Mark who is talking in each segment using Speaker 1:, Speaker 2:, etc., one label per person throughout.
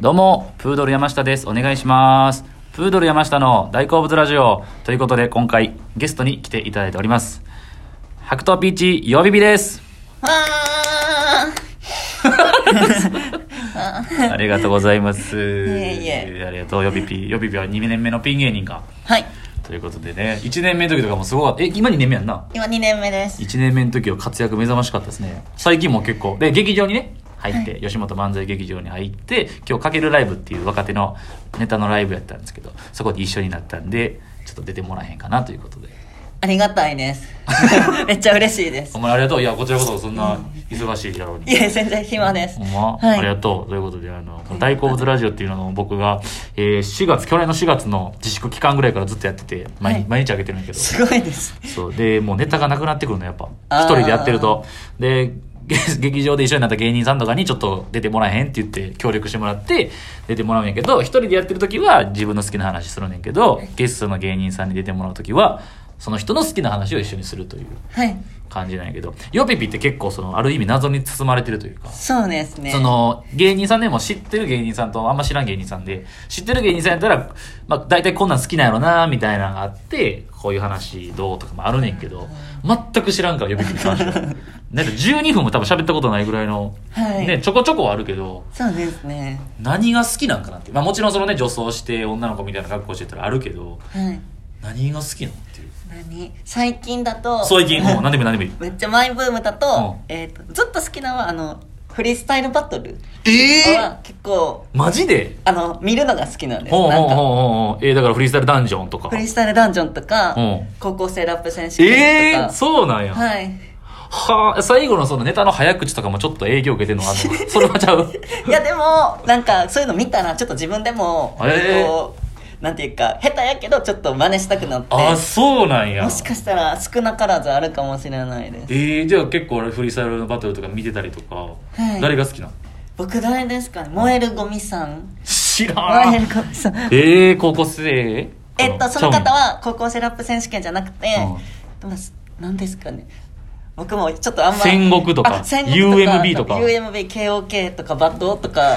Speaker 1: どうも、プードル山下です。お願いします。プードル山下の大好物ラジオ。ということで、今回、ゲストに来ていただいております。白桃ピーチ、曜日日 です。
Speaker 2: あ
Speaker 1: ありがとうございます。
Speaker 2: えいえ
Speaker 1: ありがとう、曜日ピ。曜日日は2年目のピン芸人か。
Speaker 2: はい
Speaker 1: ということでね、1年目の時とかもすごかった。え、今2年目やんな。
Speaker 2: 今2年目です
Speaker 1: 1年目の時は活躍目覚ましかったですね。最近も結構。で、劇場にね、入って、吉本漫才劇場に入って、今日かけるライブっていう若手のネタのライブやったんですけど、そこで一緒になったんで、ちょっと出てもらえへんかなということで。
Speaker 2: ありがた いですめっちゃ嬉しいです
Speaker 1: お前ありがとう。いや、こちらこそそんな忙しいやろうに
Speaker 2: い。え全然暇です
Speaker 1: ほんま、
Speaker 2: はい
Speaker 1: ありがとう。ということで、あの、この大好物ラジオっていうのを僕が、えー、4月、去年の4月の自粛期間ぐらいからずっとやってて、毎,、
Speaker 2: はい
Speaker 1: 毎日あげてるんやけど。
Speaker 2: すごいです
Speaker 1: そう。で、もうネタがなくなってくるの、やっぱ。
Speaker 2: あー
Speaker 1: 一人でやってると。で、げ 劇場で一緒になった芸人さんとかにちょっと出てもらえへんって言って協力してもらって出てもらうんやけど、一人でやってる時は自分の好きな話するんやけど、ゲストの芸人さんに出てもらう時は、その人の好きな話を一緒にするという
Speaker 2: はい
Speaker 1: 感じなんやけど、ヨピピって結構その、ある意味謎に包まれてるというか。
Speaker 2: そうですね
Speaker 1: その芸人さんでも知ってる芸人さんとあんま知らん芸人さんで知ってる芸人さんやったら、まあ、大体こんなん好きなんやろなみたいなのがあってこういう話どうとかもあるねんけど全く知らんから呼び込み関して はなんか12分も多分喋ったことないぐらいの、
Speaker 2: はい
Speaker 1: ね、ちょこちょこはあるけど
Speaker 2: そうですね
Speaker 1: 何が好きなんかなって、まあ、もちろんそのね女装して女の子みたいな格好してたらあるけど
Speaker 2: はい
Speaker 1: 何が好きなのっていう
Speaker 2: 何最近だと
Speaker 1: 最近もう何でもいい何でもいい
Speaker 2: めっちゃマイブームだと,、えー、とずっと好きなのはあのフリースタイルバトル
Speaker 1: え
Speaker 2: は結構
Speaker 1: マジで
Speaker 2: あの見るのが好きなんです
Speaker 1: おうおうお
Speaker 2: なん
Speaker 1: う
Speaker 2: か
Speaker 1: おうおうえーだからフリースタイルダンジョンとか
Speaker 2: フリースタイルダンジョンとか
Speaker 1: うん
Speaker 2: 高校生ラップ選手
Speaker 1: え
Speaker 2: 権
Speaker 1: ー、
Speaker 2: とか、
Speaker 1: そうなんや、
Speaker 2: はい
Speaker 1: はあ、最後のそのネタの早口とかもちょっと影響受けて るのがあるのそれはちゃう
Speaker 2: いやでもなんかそういうの見たらちょっと自分でもこう、
Speaker 1: えー
Speaker 2: なんていうか下手やけどちょっと真似したくなって
Speaker 1: あ、そうなんや
Speaker 2: も。しかしたら少なからずあるかもしれないです
Speaker 1: えー、じゃあ結構俺フリースタイルのバトルとか見てたりとか、
Speaker 2: はい
Speaker 1: 誰が好きなの
Speaker 2: 僕誰ですかね燃えるゴミさん
Speaker 1: 知ら
Speaker 2: 燃え
Speaker 1: ん
Speaker 2: る。ゴミさん
Speaker 1: えー、高校生
Speaker 2: えっとその方は高校生ラップ選手権じゃなくて、
Speaker 1: う
Speaker 2: まあ何ですかね僕もちょっとあんま
Speaker 1: 戦国とか
Speaker 2: あ戦国
Speaker 1: UMB とか
Speaker 2: UMBKOK とかバッドとか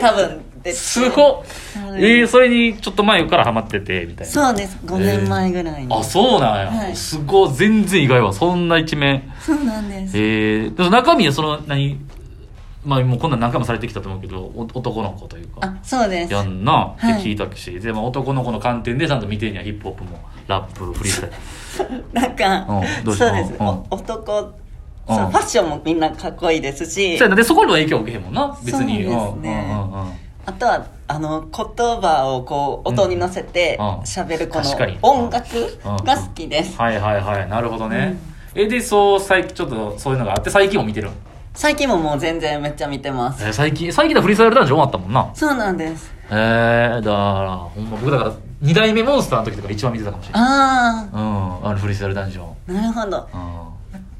Speaker 2: 多分です
Speaker 1: ごっ
Speaker 2: はい
Speaker 1: えー、それにちょっと前からハマってて、みたいな。
Speaker 2: そうです5年前ぐらいに、
Speaker 1: あ、そうなんや。
Speaker 2: はい
Speaker 1: すごい、全然意外はそんな一面。
Speaker 2: そうなんです
Speaker 1: えー、でも中身はその、何まあもうこんなん何回もされてきたと思うけど、お男の子というか。
Speaker 2: あそうです
Speaker 1: やんなって
Speaker 2: はい
Speaker 1: 聞いたし、でまあ男の子の観点でちゃんと見てんやヒップホップもラップフリースタイル
Speaker 2: なんか
Speaker 1: うんどうし
Speaker 2: そ
Speaker 1: た
Speaker 2: うです
Speaker 1: うん
Speaker 2: お男
Speaker 1: う
Speaker 2: そ
Speaker 1: ん
Speaker 2: うファッションもみんなかっこいいですし
Speaker 1: そうやなでそこの影響を受けへんもんな別に
Speaker 2: そうなんですね
Speaker 1: うんうんうんうん
Speaker 2: あとはあの言葉をこう音に乗せて
Speaker 1: うんうん
Speaker 2: 喋るこ
Speaker 1: 確かに
Speaker 2: の音楽が好きです
Speaker 1: はいはいはいなるほどね、えでそう最近ちょっとそういうのがあって最近も見てるん
Speaker 2: 最近ももう全然めっちゃ見てま
Speaker 1: え
Speaker 2: す
Speaker 1: ー最近最近のフリースタイルダンジョン終わったもんな
Speaker 2: そうなんです
Speaker 1: えー、だからほんま僕だから2代目モンスターの時とか一番見てたかもしれない
Speaker 2: あ
Speaker 1: うんあのフリースタイルダンジョン
Speaker 2: あなるほど
Speaker 1: うん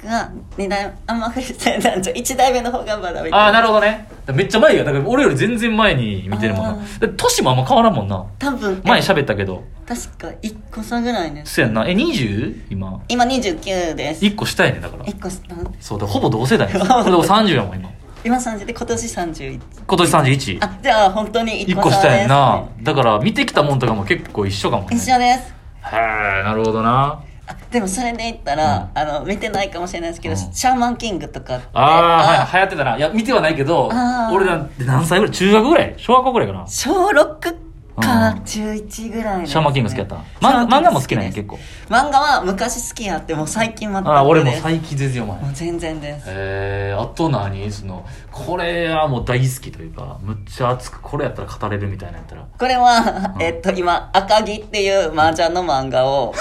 Speaker 2: 僕が2代あんまフリースタイル男女1代目の方がまだ見て
Speaker 1: ああなる
Speaker 2: ほど
Speaker 1: ほどねめっちゃ前やだから俺より全然前に見てるもんな
Speaker 2: あ
Speaker 1: だ
Speaker 2: ー
Speaker 1: って年もあんま変わらんもんな
Speaker 2: 多分
Speaker 1: 前喋ったけど
Speaker 2: 確か1個差ぐらいです
Speaker 1: そやんなえ 20? 今
Speaker 2: 今29です
Speaker 1: 1個下やねんだから
Speaker 2: 1個下
Speaker 1: そうだほぼ同世代やこれでも30やもん今
Speaker 2: 今30で今年31
Speaker 1: 今年31
Speaker 2: あじゃあ本当に
Speaker 1: 一
Speaker 2: 一
Speaker 1: 個
Speaker 2: 個
Speaker 1: 下
Speaker 2: 差
Speaker 1: や
Speaker 2: で
Speaker 1: ん
Speaker 2: す
Speaker 1: なだから見てきたもんとかも結構一緒かもね
Speaker 2: 一緒です
Speaker 1: へえなるほどな
Speaker 2: あでもそれで言ったら、あの見てないかもしれないですけど、
Speaker 1: うん
Speaker 2: シャーマンキングとかって
Speaker 1: ああ流行ってたないや見てはないけど
Speaker 2: あー
Speaker 1: 俺らって何歳ぐらい中学ぐらい小学校ぐらいかな
Speaker 2: 小6
Speaker 1: う
Speaker 2: か
Speaker 1: ん
Speaker 2: 中1ぐらいですね、
Speaker 1: シャーマンキング好きやった漫画漫画も好きなんや
Speaker 2: シャー
Speaker 1: 結
Speaker 2: マン
Speaker 1: 構
Speaker 2: キング好きです漫画は昔好きやってもう最近全くです
Speaker 1: ああ俺も最近全然読まない
Speaker 2: もう全然です
Speaker 1: えー、あと何そのこれはもう大好きというかむっちゃ熱くこれやったら語れるみたいなやったら
Speaker 2: これは、えっと、今、赤木っていう麻雀の漫 画を、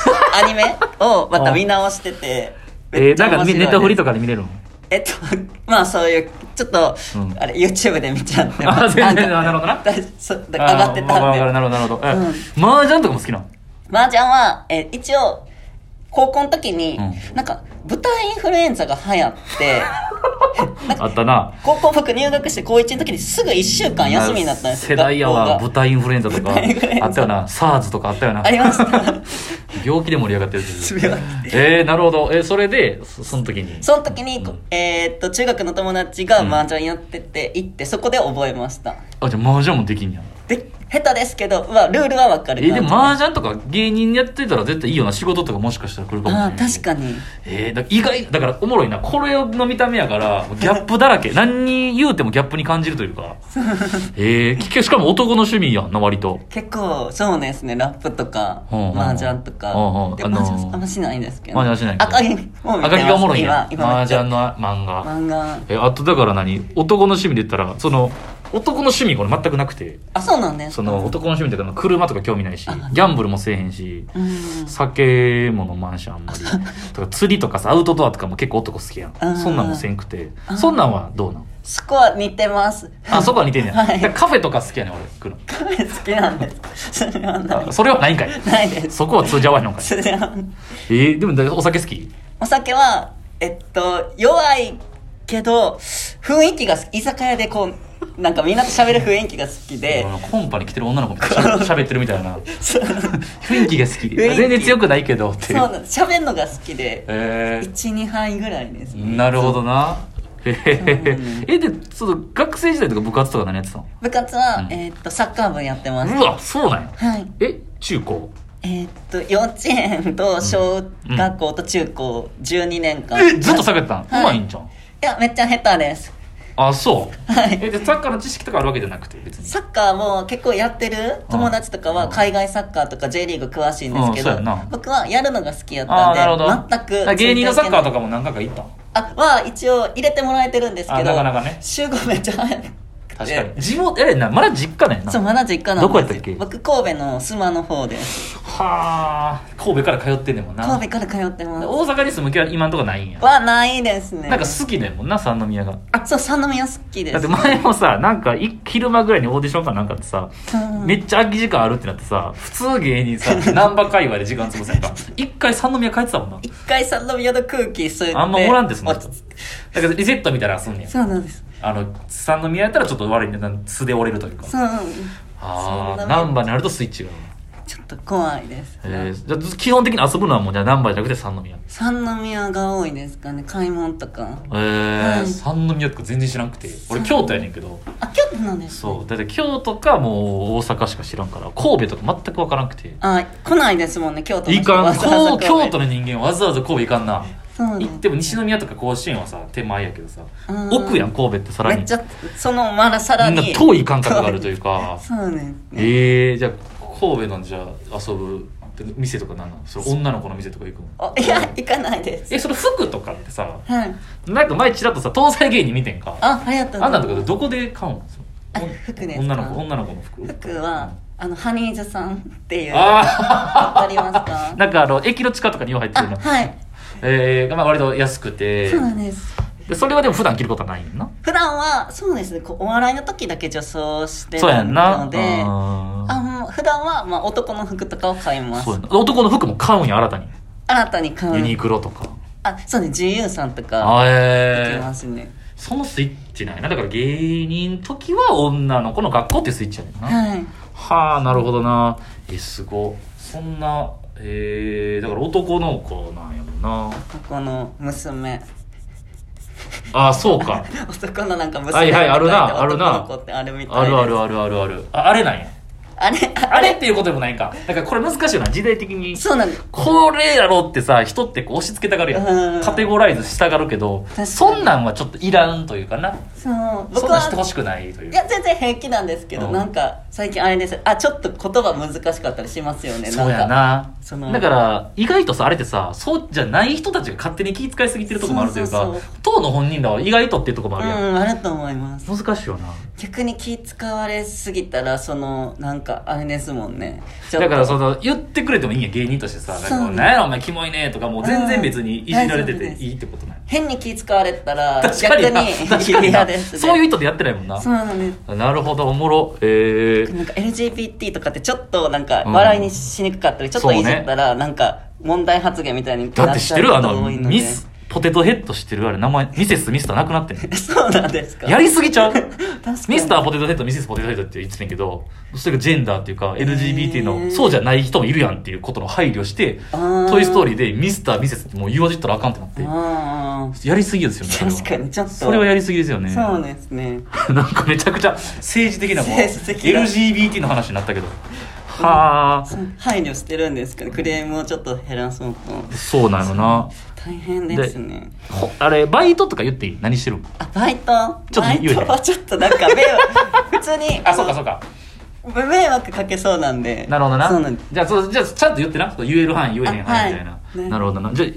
Speaker 2: アニメをまた見直してて、
Speaker 1: えー、なんかネタフリ
Speaker 2: と
Speaker 1: とかで見れるの
Speaker 2: えっと、まあそういう、ちょっと、
Speaker 1: うん
Speaker 2: あれ、YouTube で見ちゃってます。
Speaker 1: あ全然
Speaker 2: んか
Speaker 1: なるほどな
Speaker 2: だそうだ上がって
Speaker 1: あーわかるわかる
Speaker 2: たんで。
Speaker 1: なるほどなるほどえ麻雀とかも好きなの
Speaker 2: 麻雀は、え、一応、高校の時に、
Speaker 1: う
Speaker 2: なんか、舞台インフルエンザが流行って、
Speaker 1: あったな
Speaker 2: 高校僕入学して高1の時にすぐ1週間休みになったんですよ。
Speaker 1: 世代やわ
Speaker 2: 学校
Speaker 1: 舞
Speaker 2: が
Speaker 1: 台インフルエンザとか
Speaker 2: 舞台インフルエン ザ
Speaker 1: あったよな SARS とかあったよな
Speaker 2: ありました。
Speaker 1: 病気で盛り上がってると
Speaker 2: す
Speaker 1: い
Speaker 2: み
Speaker 1: う
Speaker 2: ません
Speaker 1: えー、なるほど。えーそれで、そその時に。
Speaker 2: その時に、
Speaker 1: うん
Speaker 2: えーっと中学の友達が
Speaker 1: うん
Speaker 2: 麻雀やってて行ってそこで覚えました
Speaker 1: あ、じゃあ麻雀もできんやん。
Speaker 2: で下手ですけど、まあ、ルールは分か
Speaker 1: え
Speaker 2: る
Speaker 1: ーでも麻
Speaker 2: 感
Speaker 1: 雀とか芸人やってたら絶対いいよな。仕事とかもしかしたら来るか
Speaker 2: じ
Speaker 1: もしれ
Speaker 2: あ
Speaker 1: ない。
Speaker 2: ー確か
Speaker 1: に。
Speaker 2: に
Speaker 1: えーだ意外、だからおもろいな。これの見た目やから、ギャップだ らけ。何に言うてもギャップに感じるというか。えー聞けしかも男の趣味やんな、割と。
Speaker 2: 結構そうですねラップとか
Speaker 1: うんうん
Speaker 2: 麻雀とか
Speaker 1: うんうん
Speaker 2: で
Speaker 1: あのー
Speaker 2: 麻雀あんましないんですけど
Speaker 1: 麻雀しないけど
Speaker 2: 赤木もう見てます
Speaker 1: 赤木がおもろいんや。
Speaker 2: 今今
Speaker 1: 麻
Speaker 2: めっちゃ
Speaker 1: 雀の漫画。
Speaker 2: 漫画
Speaker 1: えあとだから何男の趣味で言ったらその男の趣味これ全くなくて
Speaker 2: あそうなんですか
Speaker 1: その男の趣味っていうかまあ車とか興味ないし
Speaker 2: あ
Speaker 1: ギャンブルもせえへんし
Speaker 2: うん
Speaker 1: 酒も飲まんしあん まりとか釣りとかさアウトドアとかも結構男好きやん
Speaker 2: あー
Speaker 1: そんなんもせんくてそんなんはどうなん
Speaker 2: そこは似てます
Speaker 1: あそこは似てんねん、
Speaker 2: はい
Speaker 1: だからカフェとか好きやねん俺来る
Speaker 2: カメ 好きなんですそれはない
Speaker 1: のそれはないんかい
Speaker 2: ないです
Speaker 1: そこは通じ合わへんのか い
Speaker 2: それは
Speaker 1: えーでもだからお酒好き
Speaker 2: お酒はえっと弱いけど雰囲気が好き居酒屋でこうなんかみんなと喋る雰囲気が好きで
Speaker 1: あのコンパに来てる女の子みたいな喋ってるみたい な雰囲気が好き
Speaker 2: 囲気
Speaker 1: 全然強くないけどって
Speaker 2: そう
Speaker 1: いう
Speaker 2: なんです喋るのが好きで
Speaker 1: えー
Speaker 2: 12杯ぐらいですね
Speaker 1: なるほどな。へへ
Speaker 2: そう
Speaker 1: へえ、で、その学生時代とか部活とか何やってたの
Speaker 2: 部活は、
Speaker 1: うん
Speaker 2: えーっとサッカー部やってます
Speaker 1: うわ、そうなんや。
Speaker 2: はい
Speaker 1: え、中高
Speaker 2: えーっと幼稚園と小学校と中高12年間、
Speaker 1: え、ずっとサッカーやってたんう
Speaker 2: はい
Speaker 1: まいんじゃん。
Speaker 2: いやめっちゃ下手です
Speaker 1: あ、そう。
Speaker 2: はい
Speaker 1: え、で、サッカーの知識とかあるわけじゃなくて、別に。
Speaker 2: サッカーも結構やってる友達とか
Speaker 1: う
Speaker 2: は
Speaker 1: ん
Speaker 2: 海外サッカーとか J リーグ詳しいんですけ
Speaker 1: うん
Speaker 2: ど
Speaker 1: そうやな
Speaker 2: 僕はやるのが好きやっ
Speaker 1: あ
Speaker 2: た
Speaker 1: あ、なるほど。
Speaker 2: んで
Speaker 1: だ
Speaker 2: 全
Speaker 1: か
Speaker 2: く
Speaker 1: ら芸人のサッカーと
Speaker 2: か
Speaker 1: かも何回か行ったの
Speaker 2: あは一応入れてもらえてるんですけ
Speaker 1: あ
Speaker 2: ど
Speaker 1: なかなかね
Speaker 2: 集合めっちゃ早くて
Speaker 1: 確かに。地元、えれんな、まだ実家なんやな。
Speaker 2: そうまだ実家なんです
Speaker 1: どこやったっけ
Speaker 2: 僕神戸の須磨の方です
Speaker 1: はあ、神戸から通ってんねんもんな。
Speaker 2: 神戸から通ってます
Speaker 1: 大阪に住む気は今んとこないんや。
Speaker 2: はないですね
Speaker 1: なんか好きだもんな、三宮が。
Speaker 2: あそう三宮好きです
Speaker 1: だって前もさ、なんかい昼間ぐらいにオーディションかなんかってさ、
Speaker 2: うん
Speaker 1: めっちゃ空き時間あるってなってさ普通芸人 さ難波界隈で時間潰せんか一回三宮帰ってたもんな
Speaker 2: 一回三宮の空気吸って
Speaker 1: あんまおらんですもん
Speaker 2: 落ち着
Speaker 1: だからリセットみたいなのすんねん
Speaker 2: そうなんです
Speaker 1: あの三宮やったらちょっと悪いねん素で折れるというか
Speaker 2: そう
Speaker 1: ああ
Speaker 2: そんなもん
Speaker 1: 難波になるとスイッチが
Speaker 2: ちょっと怖いです
Speaker 1: えー、じゃあ基本的に遊ぶのはもうじゃあ難波じゃなくて三宮
Speaker 2: 三宮が多いですかね買い物とか
Speaker 1: えー
Speaker 2: はい
Speaker 1: 三宮とか全然知らなくて俺京都やねんけど
Speaker 2: あ京都なんです
Speaker 1: そうだって京都かもう大阪しか知らんから神戸とか全く分からなくて
Speaker 2: あ来ないですもんね京都の人
Speaker 1: いか
Speaker 2: わ
Speaker 1: ん
Speaker 2: ざわざ
Speaker 1: こう
Speaker 2: 神戸
Speaker 1: 京都の人間わざわざ神戸行かんな
Speaker 2: そうね
Speaker 1: 行っても西宮とか甲子園はさ手前やけどさ
Speaker 2: うん
Speaker 1: 奥やん神戸ってさらに
Speaker 2: めっちゃそのまださら
Speaker 1: みん
Speaker 2: に
Speaker 1: な遠い感覚があると
Speaker 2: いう
Speaker 1: いうか
Speaker 2: そうね
Speaker 1: えー、じゃあ神戸のじゃあ遊ぶ店とか何なのそれ女の子の店とか行くの
Speaker 2: おいや行かないです
Speaker 1: えそれ服とかってさ
Speaker 2: はい
Speaker 1: なんか前ちらっとさ東西芸人見てんかあ
Speaker 2: あありがとうござ
Speaker 1: ん
Speaker 2: い
Speaker 1: なん
Speaker 2: ます
Speaker 1: とかどこで買うのその
Speaker 2: あ服ですか
Speaker 1: 女の子女の子の服
Speaker 2: 服はあのハニーズさんっていうわ
Speaker 1: あ
Speaker 2: かります
Speaker 1: あ
Speaker 2: か
Speaker 1: なんかあの駅の地下とかによう入って
Speaker 2: あ
Speaker 1: るの
Speaker 2: はい
Speaker 1: えー、まあ割と安くて
Speaker 2: そうなんです
Speaker 1: でそれはでも普段着ることはないんやな
Speaker 2: 普段はそうですねこうお笑いの時だけ女装して
Speaker 1: そうや
Speaker 2: た
Speaker 1: んな
Speaker 2: ので
Speaker 1: うん
Speaker 2: あもう普段はまあ男の服とかを買います
Speaker 1: そうやな男の服も買うんや新たに
Speaker 2: 新たに買う
Speaker 1: ユニクロとか
Speaker 2: あそうね GU さんとか
Speaker 1: あ
Speaker 2: 行き
Speaker 1: え
Speaker 2: ま
Speaker 1: ー、
Speaker 2: すね、
Speaker 1: そのスイッチないなだから芸人の時は女の子の学校っていうスイッチやねんなは
Speaker 2: はい
Speaker 1: あなるほどなえすごそんなえー、だから男の子なんやもんな
Speaker 2: ここの娘
Speaker 1: ああそう か
Speaker 2: 男のなんか娘
Speaker 1: はいはいあるな
Speaker 2: みたいで
Speaker 1: あるな
Speaker 2: 男の子ってあるみたい
Speaker 1: あ
Speaker 2: です
Speaker 1: るあるあるあるあるああれなんや
Speaker 2: あれあ
Speaker 1: あれっていうことでもないんかだからこれ難しいよな時代的に
Speaker 2: そうなんです
Speaker 1: これやろってさ人ってこう押し付けたがるや
Speaker 2: うんん
Speaker 1: カテゴライズしたがるけど
Speaker 2: かに
Speaker 1: そんなんはちょっといらんというかな
Speaker 2: そう
Speaker 1: そ
Speaker 2: 僕
Speaker 1: んなんしてほ
Speaker 2: は
Speaker 1: しくないという
Speaker 2: いや全然平気なんですけど、
Speaker 1: うん
Speaker 2: なんか最近あれですあちょっと言葉難しかったりしますよね
Speaker 1: そうや
Speaker 2: んか
Speaker 1: な
Speaker 2: その
Speaker 1: だから意外とさあれってさそうじゃない人たちが勝手に気遣いすぎてるとこもあるという
Speaker 2: そ
Speaker 1: か
Speaker 2: うそうそ
Speaker 1: 当の本人らは意外とっていうとこもあるやん、
Speaker 2: うんあると思います
Speaker 1: 難しいよな
Speaker 2: 逆に気使われすぎたらそのなんかあれですもんねちょっと
Speaker 1: だからその言ってくれてもいいんや芸人としてさ「
Speaker 2: そう
Speaker 1: なんやろお前キモいね」とかもう全然別にいじられて
Speaker 2: うん大丈夫
Speaker 1: て
Speaker 2: です
Speaker 1: いいってことない
Speaker 2: 変に気使われたら
Speaker 1: 確
Speaker 2: 逆
Speaker 1: かにな確か
Speaker 2: に
Speaker 1: に
Speaker 2: 嫌
Speaker 1: な
Speaker 2: ですね
Speaker 1: そういう人でやってないもんな
Speaker 2: そうなんです
Speaker 1: なるほどおもろえー、
Speaker 2: なんか LGBT とかってちょっとなんか
Speaker 1: うん
Speaker 2: 笑いにしにくかったり、ちょっ
Speaker 1: そ
Speaker 2: と
Speaker 1: うね
Speaker 2: いじったらなんか問題発言みたいになっちゃ
Speaker 1: だっ
Speaker 2: う
Speaker 1: て知ってるあ
Speaker 2: こと
Speaker 1: の
Speaker 2: 多いので
Speaker 1: ミスポテトヘッド知ってるあれ名前ミセスミスターなくなってんねん
Speaker 2: そうなんですか
Speaker 1: やりすぎちゃう
Speaker 2: 確かに
Speaker 1: ミスターポテトヘッドミセスポテトヘッドって言ってたんやけどそれがジェンダーっていうか LGBT
Speaker 2: へ
Speaker 1: の
Speaker 2: ー
Speaker 1: そうじゃない人もいるやんっていうことの配慮して「
Speaker 2: あー
Speaker 1: トイ・ストーリー」でミスターミセスってもう言わじったらあかんってなって
Speaker 2: あ
Speaker 1: やりすぎですよねそれ
Speaker 2: ー
Speaker 1: は
Speaker 2: 確かにちょっと
Speaker 1: それはやりすぎですよね
Speaker 2: そうですね
Speaker 1: なんかめちゃくちゃ政治的なもう
Speaker 2: 政治的な
Speaker 1: LGBT の話になったけどはあ
Speaker 2: 配慮してるんですけどクレームをちょっと減らそうと
Speaker 1: そうなのな
Speaker 2: 大変ですね
Speaker 1: ほあれバイトとか言っていい何してる
Speaker 2: あバイト
Speaker 1: ちょっと
Speaker 2: バイ
Speaker 1: 言うね
Speaker 2: トはちょっとなんか迷 惑普通に
Speaker 1: あそうかそうか
Speaker 2: 迷惑かけそうなんで
Speaker 1: なるほどな
Speaker 2: そうなんです
Speaker 1: じゃあそうじゃあちゃんと言ってな言える範囲言えへん範囲みたい
Speaker 2: あ
Speaker 1: な、
Speaker 2: はいね
Speaker 1: なるほどなじゃあ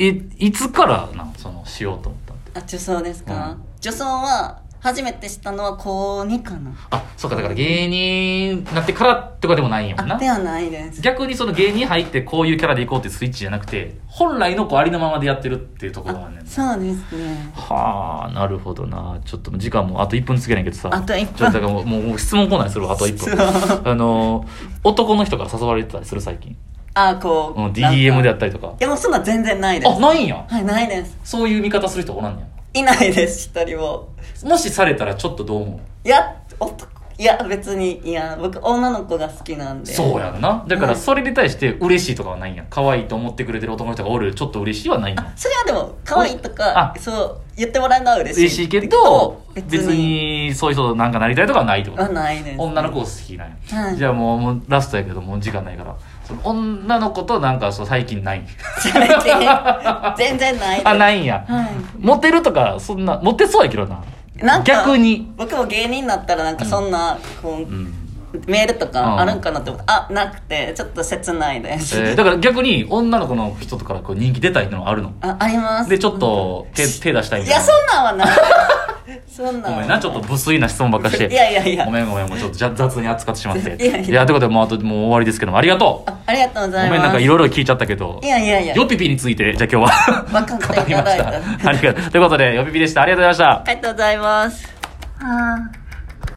Speaker 1: いいつからなんそのしようと思ったのって
Speaker 2: あ女装ですか、
Speaker 1: うん
Speaker 2: 女装は初めて知ったのは高2かな
Speaker 1: あそうかだから芸人になってからとかでもないんやもん
Speaker 2: あ
Speaker 1: な
Speaker 2: ではないです
Speaker 1: 逆にその芸人入ってこういうキャラでいこうってスイッチじゃなくて本来のこうありのままでやってるっていうところがあるねんな
Speaker 2: そうですね
Speaker 1: はあなるほどなちょっと時間もあと1分つけないけどさ
Speaker 2: あと1分
Speaker 1: ちょっとだからもうもうもう質問コーナーにするわあと1分あの男の人から誘われてたりする最近
Speaker 2: あこう、
Speaker 1: うん DM であ
Speaker 2: っ
Speaker 1: ったりとか
Speaker 2: いやもうそんな全然ないです
Speaker 1: あないんや
Speaker 2: はいないです
Speaker 1: そういう見方する人おらんね
Speaker 2: いないです一人も
Speaker 1: やもしされたらちょっとどう思
Speaker 2: いや男いや別にいや僕女の子が好きなん
Speaker 1: う
Speaker 2: で
Speaker 1: そうやんなだから
Speaker 2: うん
Speaker 1: それに対して嬉しいとかはないんや可愛いと思ってくれてる男の人がおるちょっと嬉しいはないんや
Speaker 2: それはでも可愛いとか
Speaker 1: あ
Speaker 2: そう言ってもらえるのは嬉しい
Speaker 1: 嬉しいけど
Speaker 2: 別に
Speaker 1: 別にそういう人なんかなりたいとかはないってこと
Speaker 2: はないです
Speaker 1: 女の子好きなんや、
Speaker 2: はい
Speaker 1: じゃあもうもうラストやけどもう時間ないからその女の子となんかそう最近ない
Speaker 2: 最近全然ないで す
Speaker 1: あないんや、
Speaker 2: は
Speaker 1: モテるとかそんなモテそうやけどない
Speaker 2: なんか
Speaker 1: 逆に
Speaker 2: 僕も芸人になったらなんかそんな、こう
Speaker 1: うん、
Speaker 2: メールと
Speaker 1: うん
Speaker 2: かあるんかなって思ってあなくてちょっと切ないです、
Speaker 1: えーだから逆に女の子の人とからこう人気出たいってのはあるの
Speaker 2: ああります
Speaker 1: でちょっと手手出したいみ
Speaker 2: い
Speaker 1: たい
Speaker 2: や
Speaker 1: な
Speaker 2: そんなんは ないそんなんは
Speaker 1: ごめんなちょっと無粋な質問ばっかして
Speaker 2: いやいやいや
Speaker 1: ごめんごめんもうちょっとじゃ雑に扱ってしまって
Speaker 2: いやいや
Speaker 1: ということでもうあともう終わりですけどもありがとう
Speaker 2: あありがとうご
Speaker 1: ご
Speaker 2: ざいます
Speaker 1: めんなんかいろいろ聞いちゃったけど
Speaker 2: いやいやいや
Speaker 1: よぴぴについてじゃあ今日は
Speaker 2: 分かって
Speaker 1: 語
Speaker 2: い
Speaker 1: りま
Speaker 2: ただ
Speaker 1: し
Speaker 2: いた
Speaker 1: たありがとうということでよぴぴでしたありがとうございました
Speaker 2: ありがとうございますあー